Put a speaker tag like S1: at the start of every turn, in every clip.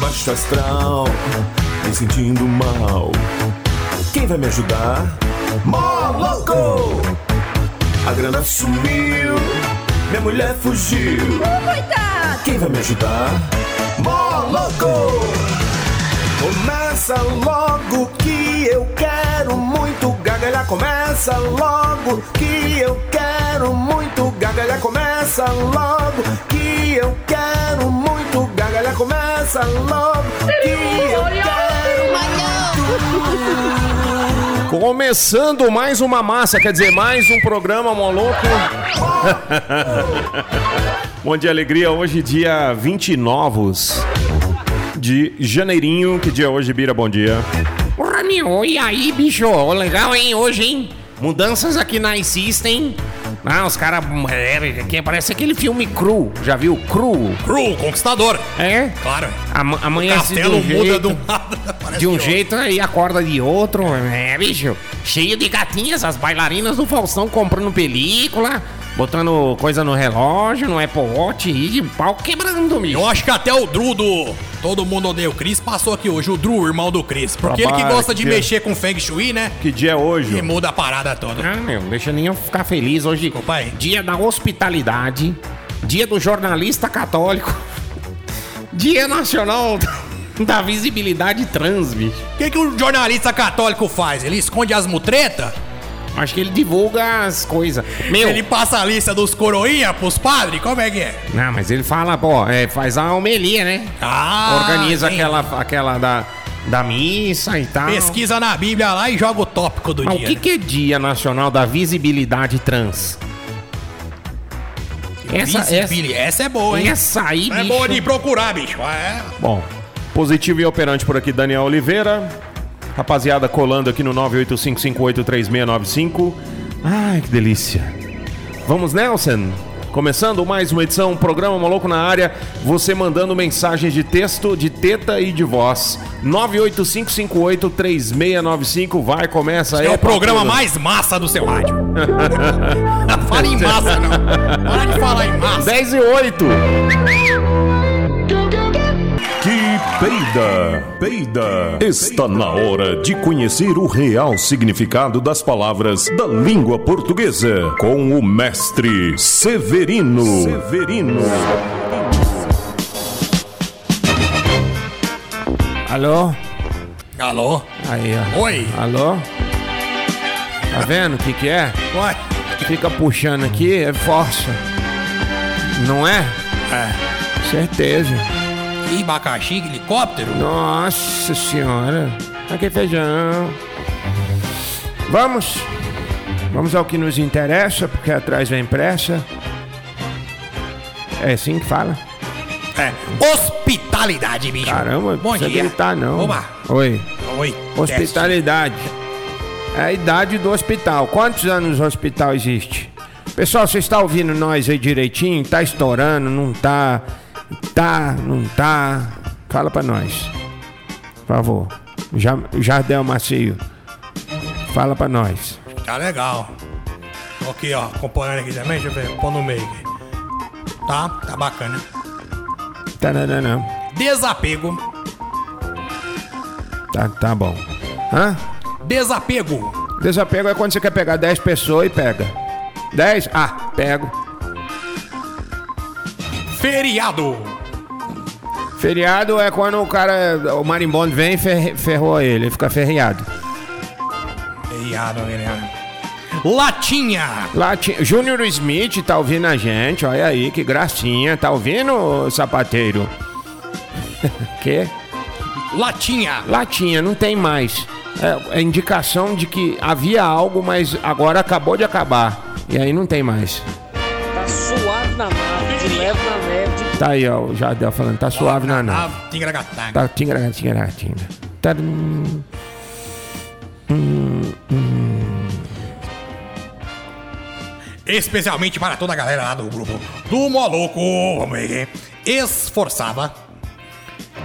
S1: baixo astral, me sentindo mal. Quem vai me ajudar? Moloco! A grana sumiu, minha mulher fugiu.
S2: Coitado!
S1: Quem vai me ajudar? Moloco! Começa logo que eu quero muito gargalhar. Começa logo que eu quero muito gargalhar. Começa logo que eu quero muito gargalhar. Começa logo que eu quero
S3: Começando mais uma massa, quer dizer, mais um programa maluco. Bom dia, alegria. Hoje, dia 20 novos de janeirinho. Que dia é hoje, Bira? Bom dia.
S4: Porra, meu, e aí, bicho? Ô, Legal, hein, hoje, hein? Mudanças aqui na Insista, hein? Ah, os caras. É, que parece aquele filme cru. Já viu? Cru.
S5: Cru, conquistador.
S4: É?
S5: Claro.
S4: Ama- Amanhece de
S5: Castelo
S4: um
S5: muda
S4: jeito,
S5: do nada. Parece
S4: de um
S5: que
S4: jeito e acorda de outro. É, bicho. Cheio de gatinhas, as bailarinas do Faustão comprando película, botando coisa no relógio, no Apple Watch e pau quebrando, bicho.
S5: Eu acho que até o Drew do Todo Mundo Odeia o Chris passou aqui hoje, o Drew, irmão do Chris. Porque ele que
S3: Trabalho,
S5: gosta de
S3: que-
S5: mexer com Feng Shui, né?
S3: Que dia é
S5: E
S3: hoje?
S5: muda a parada toda.
S4: Ah, meu, deixa nem eu ficar feliz hoje.
S5: Papai.
S4: Dia da hospitalidade, dia do jornalista católico, dia nacional da- da visibilidade trans, bicho.
S5: O que, que o jornalista católico faz? Ele esconde as mutretas?
S4: Acho que ele divulga as coisas. Meu,
S5: Ele passa a lista dos coroinha pros padres? Como é que é?
S4: não, mas ele fala, pô, é, faz a homilia, né?
S5: Ah,
S4: Organiza
S5: sim.
S4: aquela, aquela da, da missa e tal.
S5: Pesquisa na Bíblia lá e joga o tópico do
S4: Mas o
S5: dia.
S4: que, que é dia nacional da visibilidade trans?
S5: né?
S4: é Essa,
S5: Visibilidade. essa é boa,
S4: essa,
S5: hein?
S4: essa aí,
S5: é
S4: bicho.
S5: boa de procurar, bicho. É.
S3: Bom, positivo e operante por aqui, Daniel Oliveira. Rapaziada, colando aqui no 985583695. Ai, que delícia. Vamos, Nelson? Começando mais uma edição, um programa Maluco na Área. Você mandando mensagens de texto, de teta e de voz. 985583695. Vai, começa aí.
S5: É o programa
S3: patrulha.
S5: mais massa do seu rádio. não fala em massa, não. Para de falar em massa.
S3: 10 e 8. Que peida, peida.
S1: Está na hora de conhecer o real significado das palavras da língua portuguesa com o mestre Severino. Severino.
S4: Alô?
S5: Alô?
S4: Aí, ó.
S5: Oi?
S4: Alô? Tá vendo o que que é?
S5: Ué?
S4: Fica puxando aqui, é força. Não é?
S5: É.
S4: Certeza.
S5: Ih, abacaxi, helicóptero?
S4: Nossa senhora. Aqui feijão. Vamos. Vamos ao que nos interessa, porque atrás vem pressa. É assim que fala?
S5: É. Hospitalidade, bicho.
S4: Caramba, não
S5: Bom
S4: precisa
S5: dia.
S4: gritar não.
S5: Oba.
S4: Oi.
S5: Oi.
S4: Hospitalidade. É a idade do hospital. Quantos anos o hospital existe? Pessoal, você está ouvindo nós aí direitinho? Tá estourando? Não tá? Tá? Não tá? Fala pra nós. Por favor. Ja- Jardel um Macio. Fala pra nós.
S5: Teste. Tá legal. Aqui, ó. Acompanhando aqui também. Deixa eu ver. Pôr no meio aqui. Tá? Tá bacana.
S4: Tá, Tananana.
S5: Desapego.
S4: Tá, tá bom. Hã?
S5: Desapego.
S4: Desapego é quando você quer pegar 10 pessoas e pega. 10? Ah, pego.
S5: Feriado.
S4: Feriado é quando o cara, o marimbondo vem e fer- ferrou ele, ele fica ferreado.
S5: Feriado, feriado. Latinha.
S4: Lati... Júnior Smith tá ouvindo a gente, olha aí que gracinha, tá ouvindo, ô sapateiro? que?
S5: Latinha.
S4: Latinha, não tem mais. É, é indicação de que havia algo, mas agora acabou de acabar. E aí não tem mais.
S6: Tá suave na nave, de leve na neve, de
S4: Tá aí, ó, o Jardel falando, tá suave na nave.
S5: Ah, tingragatá.
S4: Tá, tingra, tingra, tingra. Tadum.
S5: Especialmente para toda a galera lá do grupo do Moloco. Vamos ver aqui. Esforçava.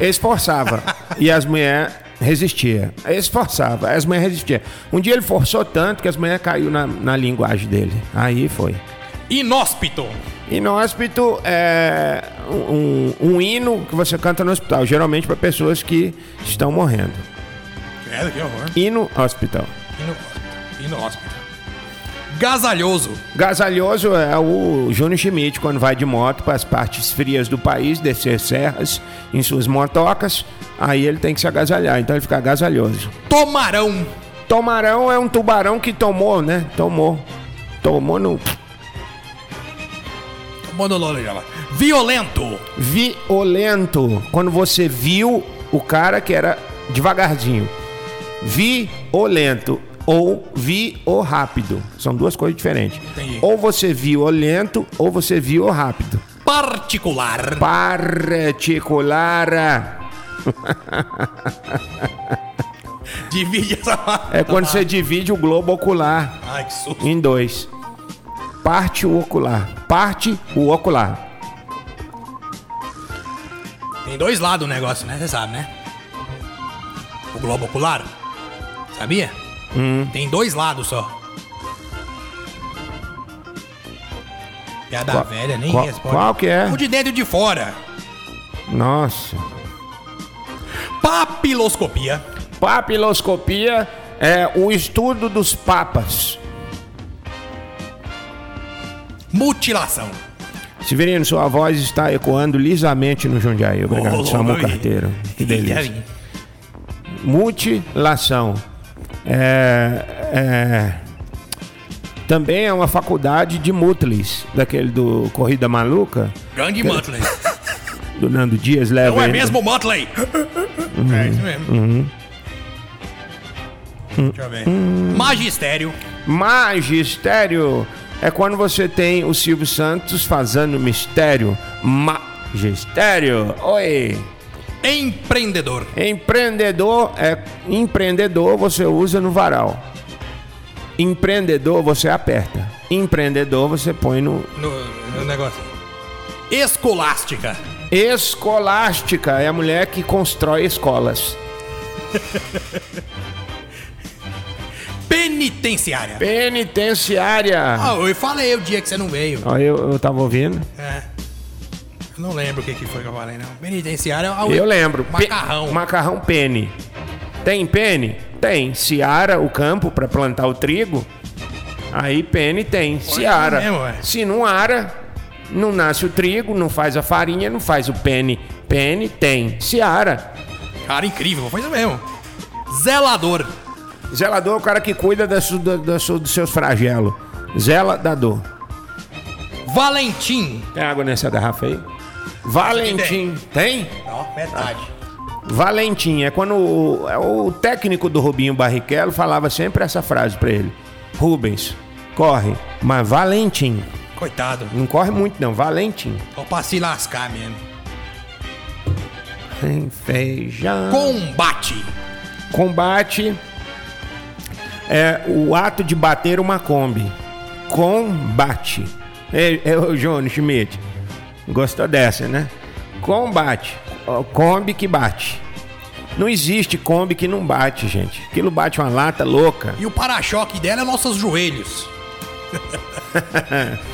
S4: Esforçava. e as mulheres resistiam. Esforçava, as mulheres resistiam. Um dia ele forçou tanto que as mulheres caiu na, na linguagem dele. Aí foi.
S5: Inóspito.
S4: Inóspito é um, um hino que você canta no hospital, geralmente para pessoas que estão morrendo.
S5: Credo, que horror.
S4: Hino hospital.
S5: Inóspito. Inóspito. Gasalhoso.
S4: Gasalhoso é o Júnior Schmidt quando vai de moto para as partes frias do país, descer serras em suas motocas, aí ele tem que se agasalhar, então ele fica agasalhoso.
S5: Tomarão.
S4: Tomarão é um tubarão que tomou, né? Tomou. Tomou no
S5: Monololo já lá. Violento.
S4: violento. Quando você viu o cara que era devagarzinho. Violento ou vi o rápido. São duas coisas diferentes.
S5: Entendi.
S4: Ou você violento ou você viu o rápido.
S5: Particular.
S4: Particular
S5: Divide essa.
S4: é quando você divide o globo ocular
S5: Ai, que susto.
S4: em dois. Parte o ocular. Parte o ocular.
S5: Tem dois lados o negócio, né? Você sabe, né? O globo ocular. Sabia?
S4: Hum.
S5: Tem dois lados só. Piada
S4: Qual-
S5: velha, nem
S4: qual-
S5: responde.
S4: qual que é?
S5: O de dentro e de fora.
S4: Nossa.
S5: Papiloscopia.
S4: Papiloscopia é o estudo dos papas.
S5: Mutilação.
S4: Severino, sua voz está ecoando lisamente no Jundiaí. Obrigado,
S5: Ô,
S4: Samu
S5: louco,
S4: Carteiro. Que
S5: hein?
S4: delícia. Mutilação. É, é, Também é uma faculdade de Mutlis, daquele do Corrida Maluca,
S5: Grande Muttley.
S4: Tá do Nando Dias leva.
S5: Não é
S4: ele-
S5: mesmo Muttley?
S4: Uhum.
S5: É isso mesmo. Deixa eu ver.
S4: Uhum.
S5: Magistério.
S4: Magistério é quando você tem o Silvio Santos fazendo mistério. Magistério. Oi.
S5: Empreendedor.
S4: Empreendedor é empreendedor você usa no varal. Empreendedor você aperta. Empreendedor você põe no
S5: No, no negócio. Escolástica.
S4: escolástica é a mulher que constrói escolas.
S5: Penitenciária.
S4: Penitenciária.
S5: Ah, eu falei o dia que você não veio.
S4: Ó, eu, eu tava ouvindo.
S5: É. Eu não lembro o que, que foi que eu falei, não. Penitenciária é o-
S4: Eu lembro. Pe-
S5: Macarrão.
S4: macarrão pene. Tem pene? Tem. Seara o campo pra plantar o trigo. Aí pene tem. Seara.
S5: é mesmo, ué.
S4: Se não ara, não nasce o trigo, não faz a farinha, não faz o pene. Pene tem. Seara.
S5: Cara, incrível, foi isso mesmo. Zelador.
S4: Zelador é o cara que cuida da su- da- da su- dos seus flagelos. Zela da dor.
S5: Valentim.
S4: Tem água nessa garrafa aí? Valentim. Tem?
S5: Ó, metade.
S4: Valentim, é quando o, é o técnico do Rubinho Barrichello falava sempre essa frase pra ele. Rubens, corre, mas Valentim.
S5: Coitado.
S4: Não corre muito não, Valentim.
S5: Só pra se lascar mesmo.
S4: Tem Feijão.
S5: Combate.
S4: Combate é o ato de bater uma Kombi. Combate. Ei, ei, ô, Johnny Schmidt, gostou dessa, né? Combate. Ó, Kombi que bate. Não existe Kombi que não bate, gente. Aquilo bate uma lata louca.
S5: E o para-choque dela é nossos joelhos.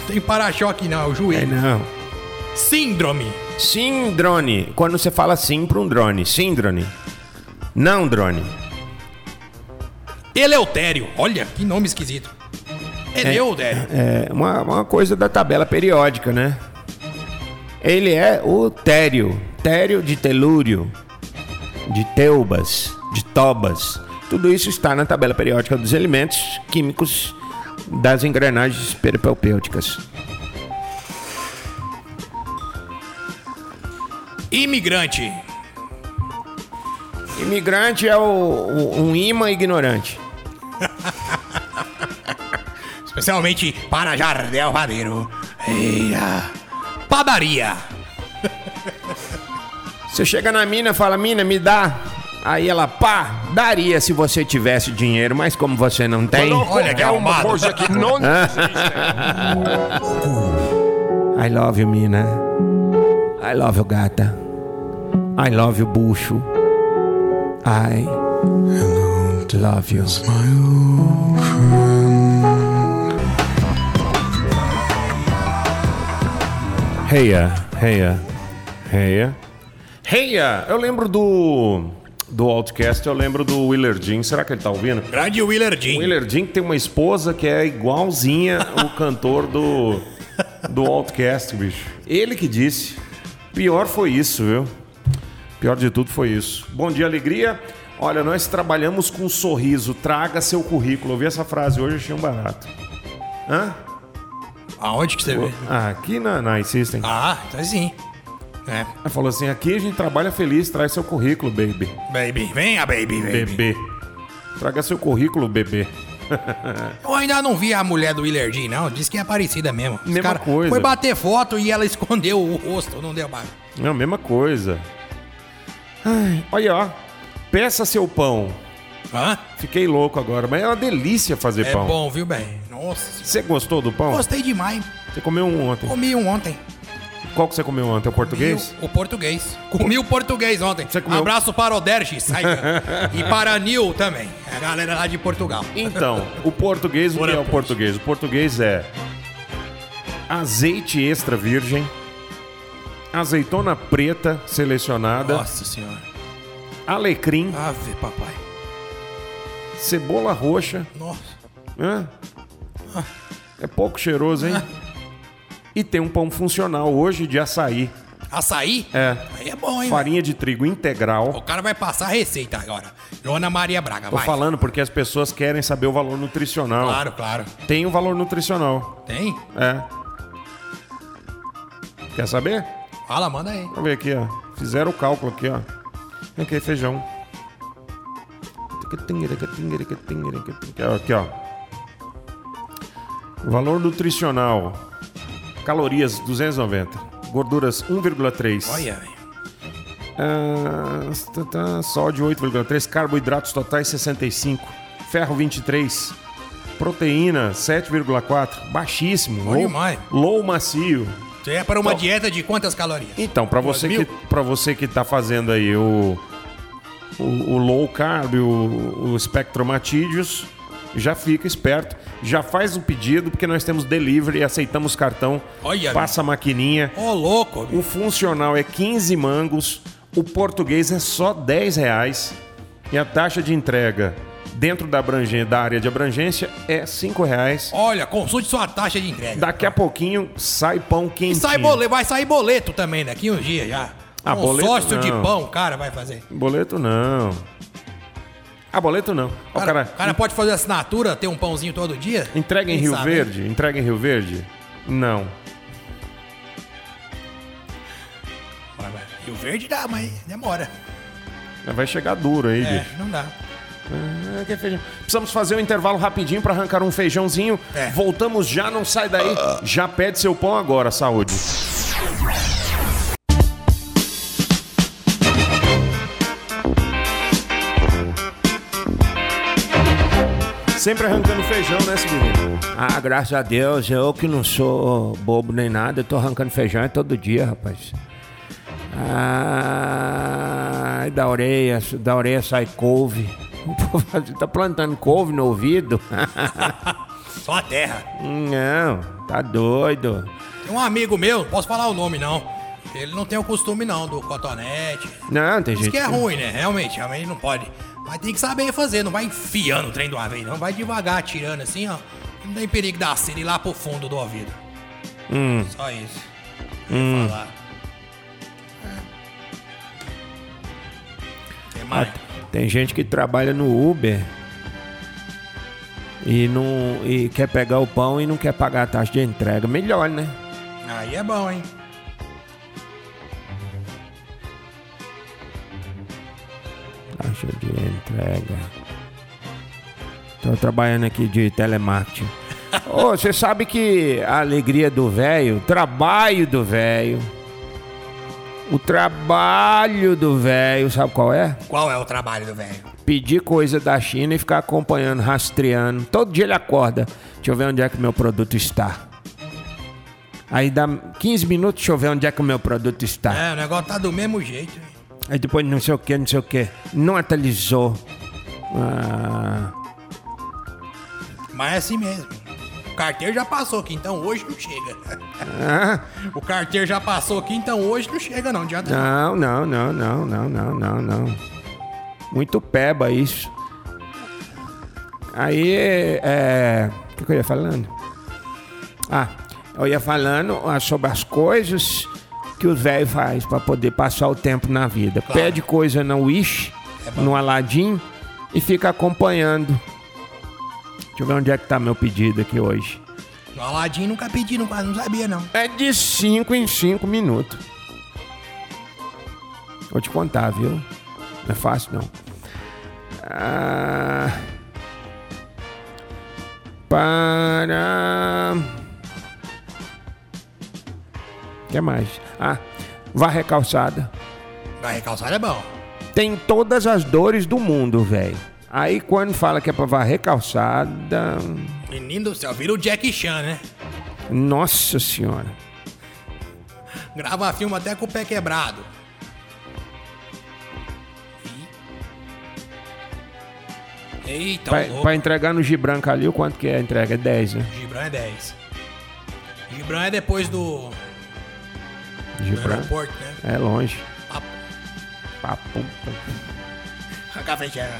S5: Tem para-choque não, é
S4: É,
S5: o
S4: né?
S5: joelho.
S4: não.
S5: Síndrome.
S4: Sim, drone. Quando você fala sim para um drone. Sim, drone. Não, drone.
S5: Eleutério. Olha, que nome esquisito. Eleutério.
S4: É uma, uma coisa da tabela periódica, né? Ele é o tério. Tério de telúrio. De teubas. De tobas. Tudo isso está na tabela periódica dos elementos químicos das engrenagens peripelpêuticas.
S5: Imigrante.
S4: Imigrante é o, o- um imã ignorante.
S5: Especialmente para Jardel Radeiro. Eia. Padaria.
S4: Você chega na mina e fala, mina, me dá. Aí ela, pá, daria se você tivesse dinheiro, mas como você não tem.
S5: Olha que arrumado.
S4: É. I love you, mina. I love you, gata. I love you, bucho. I love you. Reia, reia, reia. Reia! Eu lembro do. Do Outcast, eu lembro do Willer Jean. Será que ele tá ouvindo?
S5: Grande
S4: O
S5: Willardinho.
S4: Willer Jean que tem uma esposa que é igualzinha o cantor do. Do Outcast, bicho. Ele que disse. Pior foi isso, viu? Pior de tudo foi isso. Bom dia, alegria. Olha, nós trabalhamos com um sorriso. Traga seu currículo. Eu vi essa frase hoje, achei um barato. Hã?
S5: Aonde que você vê?
S4: Ah, aqui na, na System.
S5: Ah, tá sim. É.
S4: Ela falou assim: aqui a gente trabalha feliz, traz seu currículo, baby.
S5: Baby, venha, baby, baby.
S4: Bebê. Traga seu currículo, bebê.
S5: Eu ainda não vi a mulher do Willardinho, não. Diz que é parecida mesmo. Os
S4: Mesma coisa.
S5: Foi bater foto e ela escondeu o rosto, não deu mais.
S4: É a mesma coisa. Ai, olha, ó. Peça seu pão.
S5: Hã?
S4: Fiquei louco agora, mas é uma delícia fazer
S5: É
S4: pão.
S5: bom, viu, bem? Nossa.
S4: Você gostou do pão?
S5: Gostei demais.
S4: Você comeu um ontem.
S5: Comi um ontem.
S4: Qual que você comeu ontem? O português?
S5: Comi O, o português. Comi o português ontem.
S4: Você comeu?
S5: Abraço para Oderge, Saiga. e para a Nil também. A galera lá de Portugal.
S4: Então, o português, o que
S5: Ora,
S4: é o
S5: pois.
S4: português? O português é azeite extra virgem, azeitona preta selecionada,
S5: Nossa senhora.
S4: alecrim,
S5: Ave, papai.
S4: cebola roxa,
S5: Nossa.
S4: Hã?
S5: Ah.
S4: É pouco cheiroso, hein? E tem um pão funcional hoje de açaí.
S5: Açaí?
S4: É.
S5: Aí é bom, hein?
S4: Farinha de trigo integral.
S5: O cara vai passar a receita agora. Joana Maria Braga,
S4: Tô
S5: vai.
S4: falando porque as pessoas querem saber o valor nutricional.
S5: Claro, claro.
S4: Tem o valor nutricional.
S5: Tem?
S4: É. Quer saber?
S5: Fala, manda aí.
S4: Deixa eu ver aqui, ó. Fizeram o cálculo aqui, ó. Aqui, feijão. Aqui, ó. Valor nutricional. Calorias 290. Gorduras 1,3.
S5: Olha, velho.
S4: Ah, tá, tá, sódio 8,3. Carboidratos totais 65. Ferro 23. Proteína 7,4. Baixíssimo.
S5: Bom
S4: Low-
S5: demais.
S4: Low macio.
S5: Você é para uma dieta de quantas calorias?
S4: Então, pra você
S5: Duas
S4: que para você que tá fazendo aí o o, o low carb, o, o espectromatídeos, já fica esperto, já faz o pedido porque nós temos delivery, aceitamos cartão.
S5: Olha,
S4: passa a maquininha.
S5: Ô, louco, bicho.
S4: O funcional é 15 mangos, o português é só 10 reais e a taxa de entrega dentro da, abrangen- da área de abrangência é 5 reais.
S5: Olha, consulte sua taxa de entrega.
S4: Daqui a pouquinho sai pão
S5: E
S4: quentinho.
S5: sai boleto, vai sair boleto também daqui uns dias já.
S4: Ah,
S5: um
S4: boleto
S5: sócio de
S4: não.
S5: pão, o cara, vai fazer.
S4: Boleto não. Ah, boleto não. Ó,
S5: O
S4: O
S5: cara,
S4: cara,
S5: o cara pode fazer assinatura, ter um pãozinho todo dia?
S4: entrega em
S5: Quem
S4: Rio
S5: sabe, hein?
S4: Verde? Entrega em Rio Verde? Não.
S5: Vai, vai. né? Rio Verde dá, mas demora.
S4: Vai chegar duro aí,
S5: É,
S4: bicho.
S5: não dá.
S4: Ah, que feijão. Precisamos fazer um intervalo rapidinho pra arrancar um feijãozinho.
S5: É.
S4: Voltamos já, não sai daí.
S7: Ah.
S4: Já pede seu pão agora, saúde. Sempre arrancando feijão, né, segundo?
S7: Ah, graças a Deus, eu que não sou bobo nem nada, eu tô arrancando feijão é todo dia, rapaz. Ai, da orelha, da orelha sai couve. O povo tá plantando couve no ouvido?
S5: Só a terra.
S7: Não, tá doido.
S5: Tem um amigo meu, não posso falar o nome não. Ele não tem o costume não do cotonete.
S7: Não, tem
S5: Isso
S7: gente.
S5: que é ruim, né? Realmente, realmente não pode. Mas tem que saber fazer, não vai enfiando o trem de uma vez, não. Vai devagar, tirando assim, ó. Não tem perigo da cera ir lá pro fundo do ouvido. Só isso. Hum. Falar. É. Tem
S7: Ah,
S5: mais.
S7: Tem gente que trabalha no Uber e não e quer pegar o pão e não quer pagar a taxa de entrega. Melhor, né?
S5: Aí é bom, hein?
S7: Taxa de entrega. Tô trabalhando aqui de telemarketing. Ô, você sabe que a alegria do velho, o trabalho do velho, o trabalho do velho, sabe qual é?
S5: Qual é o trabalho do velho?
S7: pedir coisa da China e ficar acompanhando, rastreando. Todo dia ele acorda. Deixa eu ver onde é que meu produto está. Aí dá 15 minutos, deixa eu ver onde é que o meu produto está.
S5: É, o negócio tá do mesmo jeito. hein?
S7: Aí depois não sei o que, não sei o que. Não atualizou. Ah,
S5: Mas é assim mesmo. carteiro já passou aqui, então hoje não chega. o carteiro já passou aqui, então hoje não chega, não. Adianta. não.
S4: Não, não, não, não, não, não, não, não. Muito peba isso. Aí, é. O que, que eu ia falando? Ah, eu ia falando ah, sobre as coisas que o velho faz pra poder passar o tempo na vida.
S5: Claro.
S4: Pede coisa na Wish, no Aladim e fica acompanhando. Deixa eu ver onde é que tá meu pedido aqui hoje.
S5: O Aladim nunca pediu, não, não sabia, não.
S4: É de 5 em 5 minutos. Vou te contar, viu? Não é fácil, não. Ah, para. O que mais? Ah, vá recalçada.
S5: Vai recalçar é bom.
S4: Tem todas as dores do mundo, velho. Aí quando fala que é pra varrer calçada.
S5: Menino do céu, vira o Jack Chan, né?
S4: Nossa senhora.
S5: Grava filme até com o pé quebrado. Ih. Eita,
S4: Pra,
S5: o Tá louco.
S4: pra entregar no Gibranca ali, o quanto que é a entrega? É 10, né?
S5: Gibran é 10. Gibran é depois do, do
S4: Gibran.
S5: aeroporto, né?
S4: É longe.
S5: Papo.
S4: Pra puta.
S5: Arrancar a frente. é.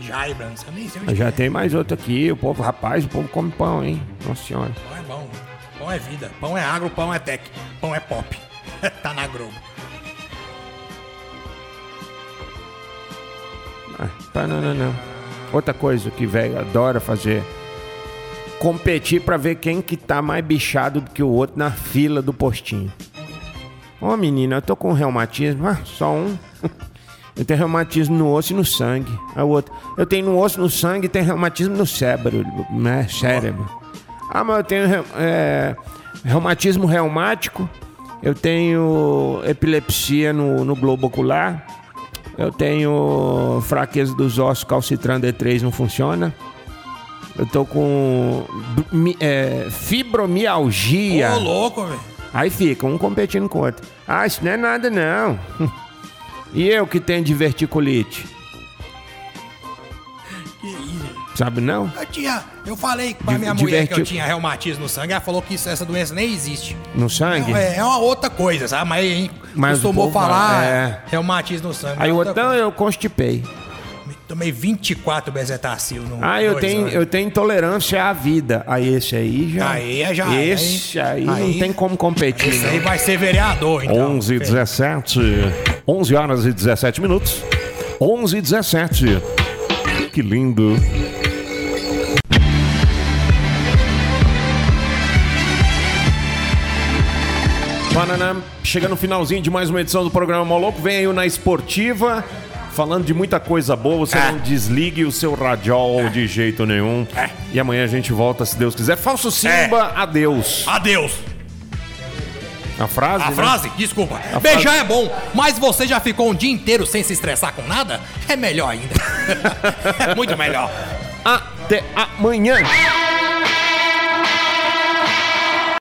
S5: Jaibran, não sei nem sei onde
S4: Já
S5: é.
S4: tem mais outro aqui. O povo, rapaz, o povo come pão, hein? Nossa senhora.
S5: Pão é bom. Pão é vida. Pão é agro, pão é tech. Pão é pop. tá na Globo.
S4: Ah, tá, não, não, não. Outra coisa que velho adora fazer. Competir pra ver quem que tá mais bichado do que o outro na fila do postinho. Ô menina, eu tô com reumatismo. Ah, só um. Eu tenho reumatismo no osso e no sangue. Aí o outro. Eu tenho no osso, no sangue e tenho reumatismo no cérebro, né? Cérebro. Ah, mas eu tenho reu- é, reumatismo reumático. Eu tenho epilepsia no, no globo ocular. Eu tenho fraqueza dos ossos, calcitran D3 não funciona. Eu tô com br- mi- é,
S5: Ô,
S4: fibromialgia.
S5: louco, velho.
S4: Aí fica um competindo com o outro. Ah, isso não é nada não. E eu que tenho diverticulite,
S5: Que isso, velho.
S4: sabe não?
S5: Eu tinha. Eu falei pra
S4: Di-
S5: minha mulher que eu
S4: divertiu-
S5: tinha reumatismo no sangue. Ela falou que isso, essa doença nem existe.
S4: No sangue.
S5: Não, é, é uma outra coisa, sabe? Mas a gente
S4: Mas o
S5: costumou
S4: povo
S5: falar
S4: fala, é.
S5: reumatismo no sangue.
S4: Aí
S5: é
S4: o
S5: outra
S4: outro, não, eu constipei.
S5: coisa. Tomei 24 bezetacil no.
S4: Ah, eu
S5: dois
S4: tenho,
S5: anos.
S4: eu tenho intolerância à vida. Aí esse aí já.
S5: Aí é já,
S4: Esse aí,
S5: aí-
S4: não
S5: aí-
S4: tem como competir,
S5: Esse
S4: não.
S5: aí vai ser vereador, então.
S3: 11 e 17. 11 horas e 17 minutos. 11 e 17. Que lindo. Paraná, chega no finalzinho de mais uma edição do programa Moloco. Vem aí o na esportiva. Falando de muita coisa boa, você
S5: É.
S3: não desligue o seu radiol de jeito nenhum. E amanhã a gente volta, se Deus quiser. Falso Simba, adeus.
S5: Adeus.
S3: A frase?
S5: É. A
S3: né?
S5: frase? Desculpa. Beijar é bom, mas você já ficou um dia inteiro sem se estressar com nada? É melhor ainda. Muito melhor.
S3: Até amanhã.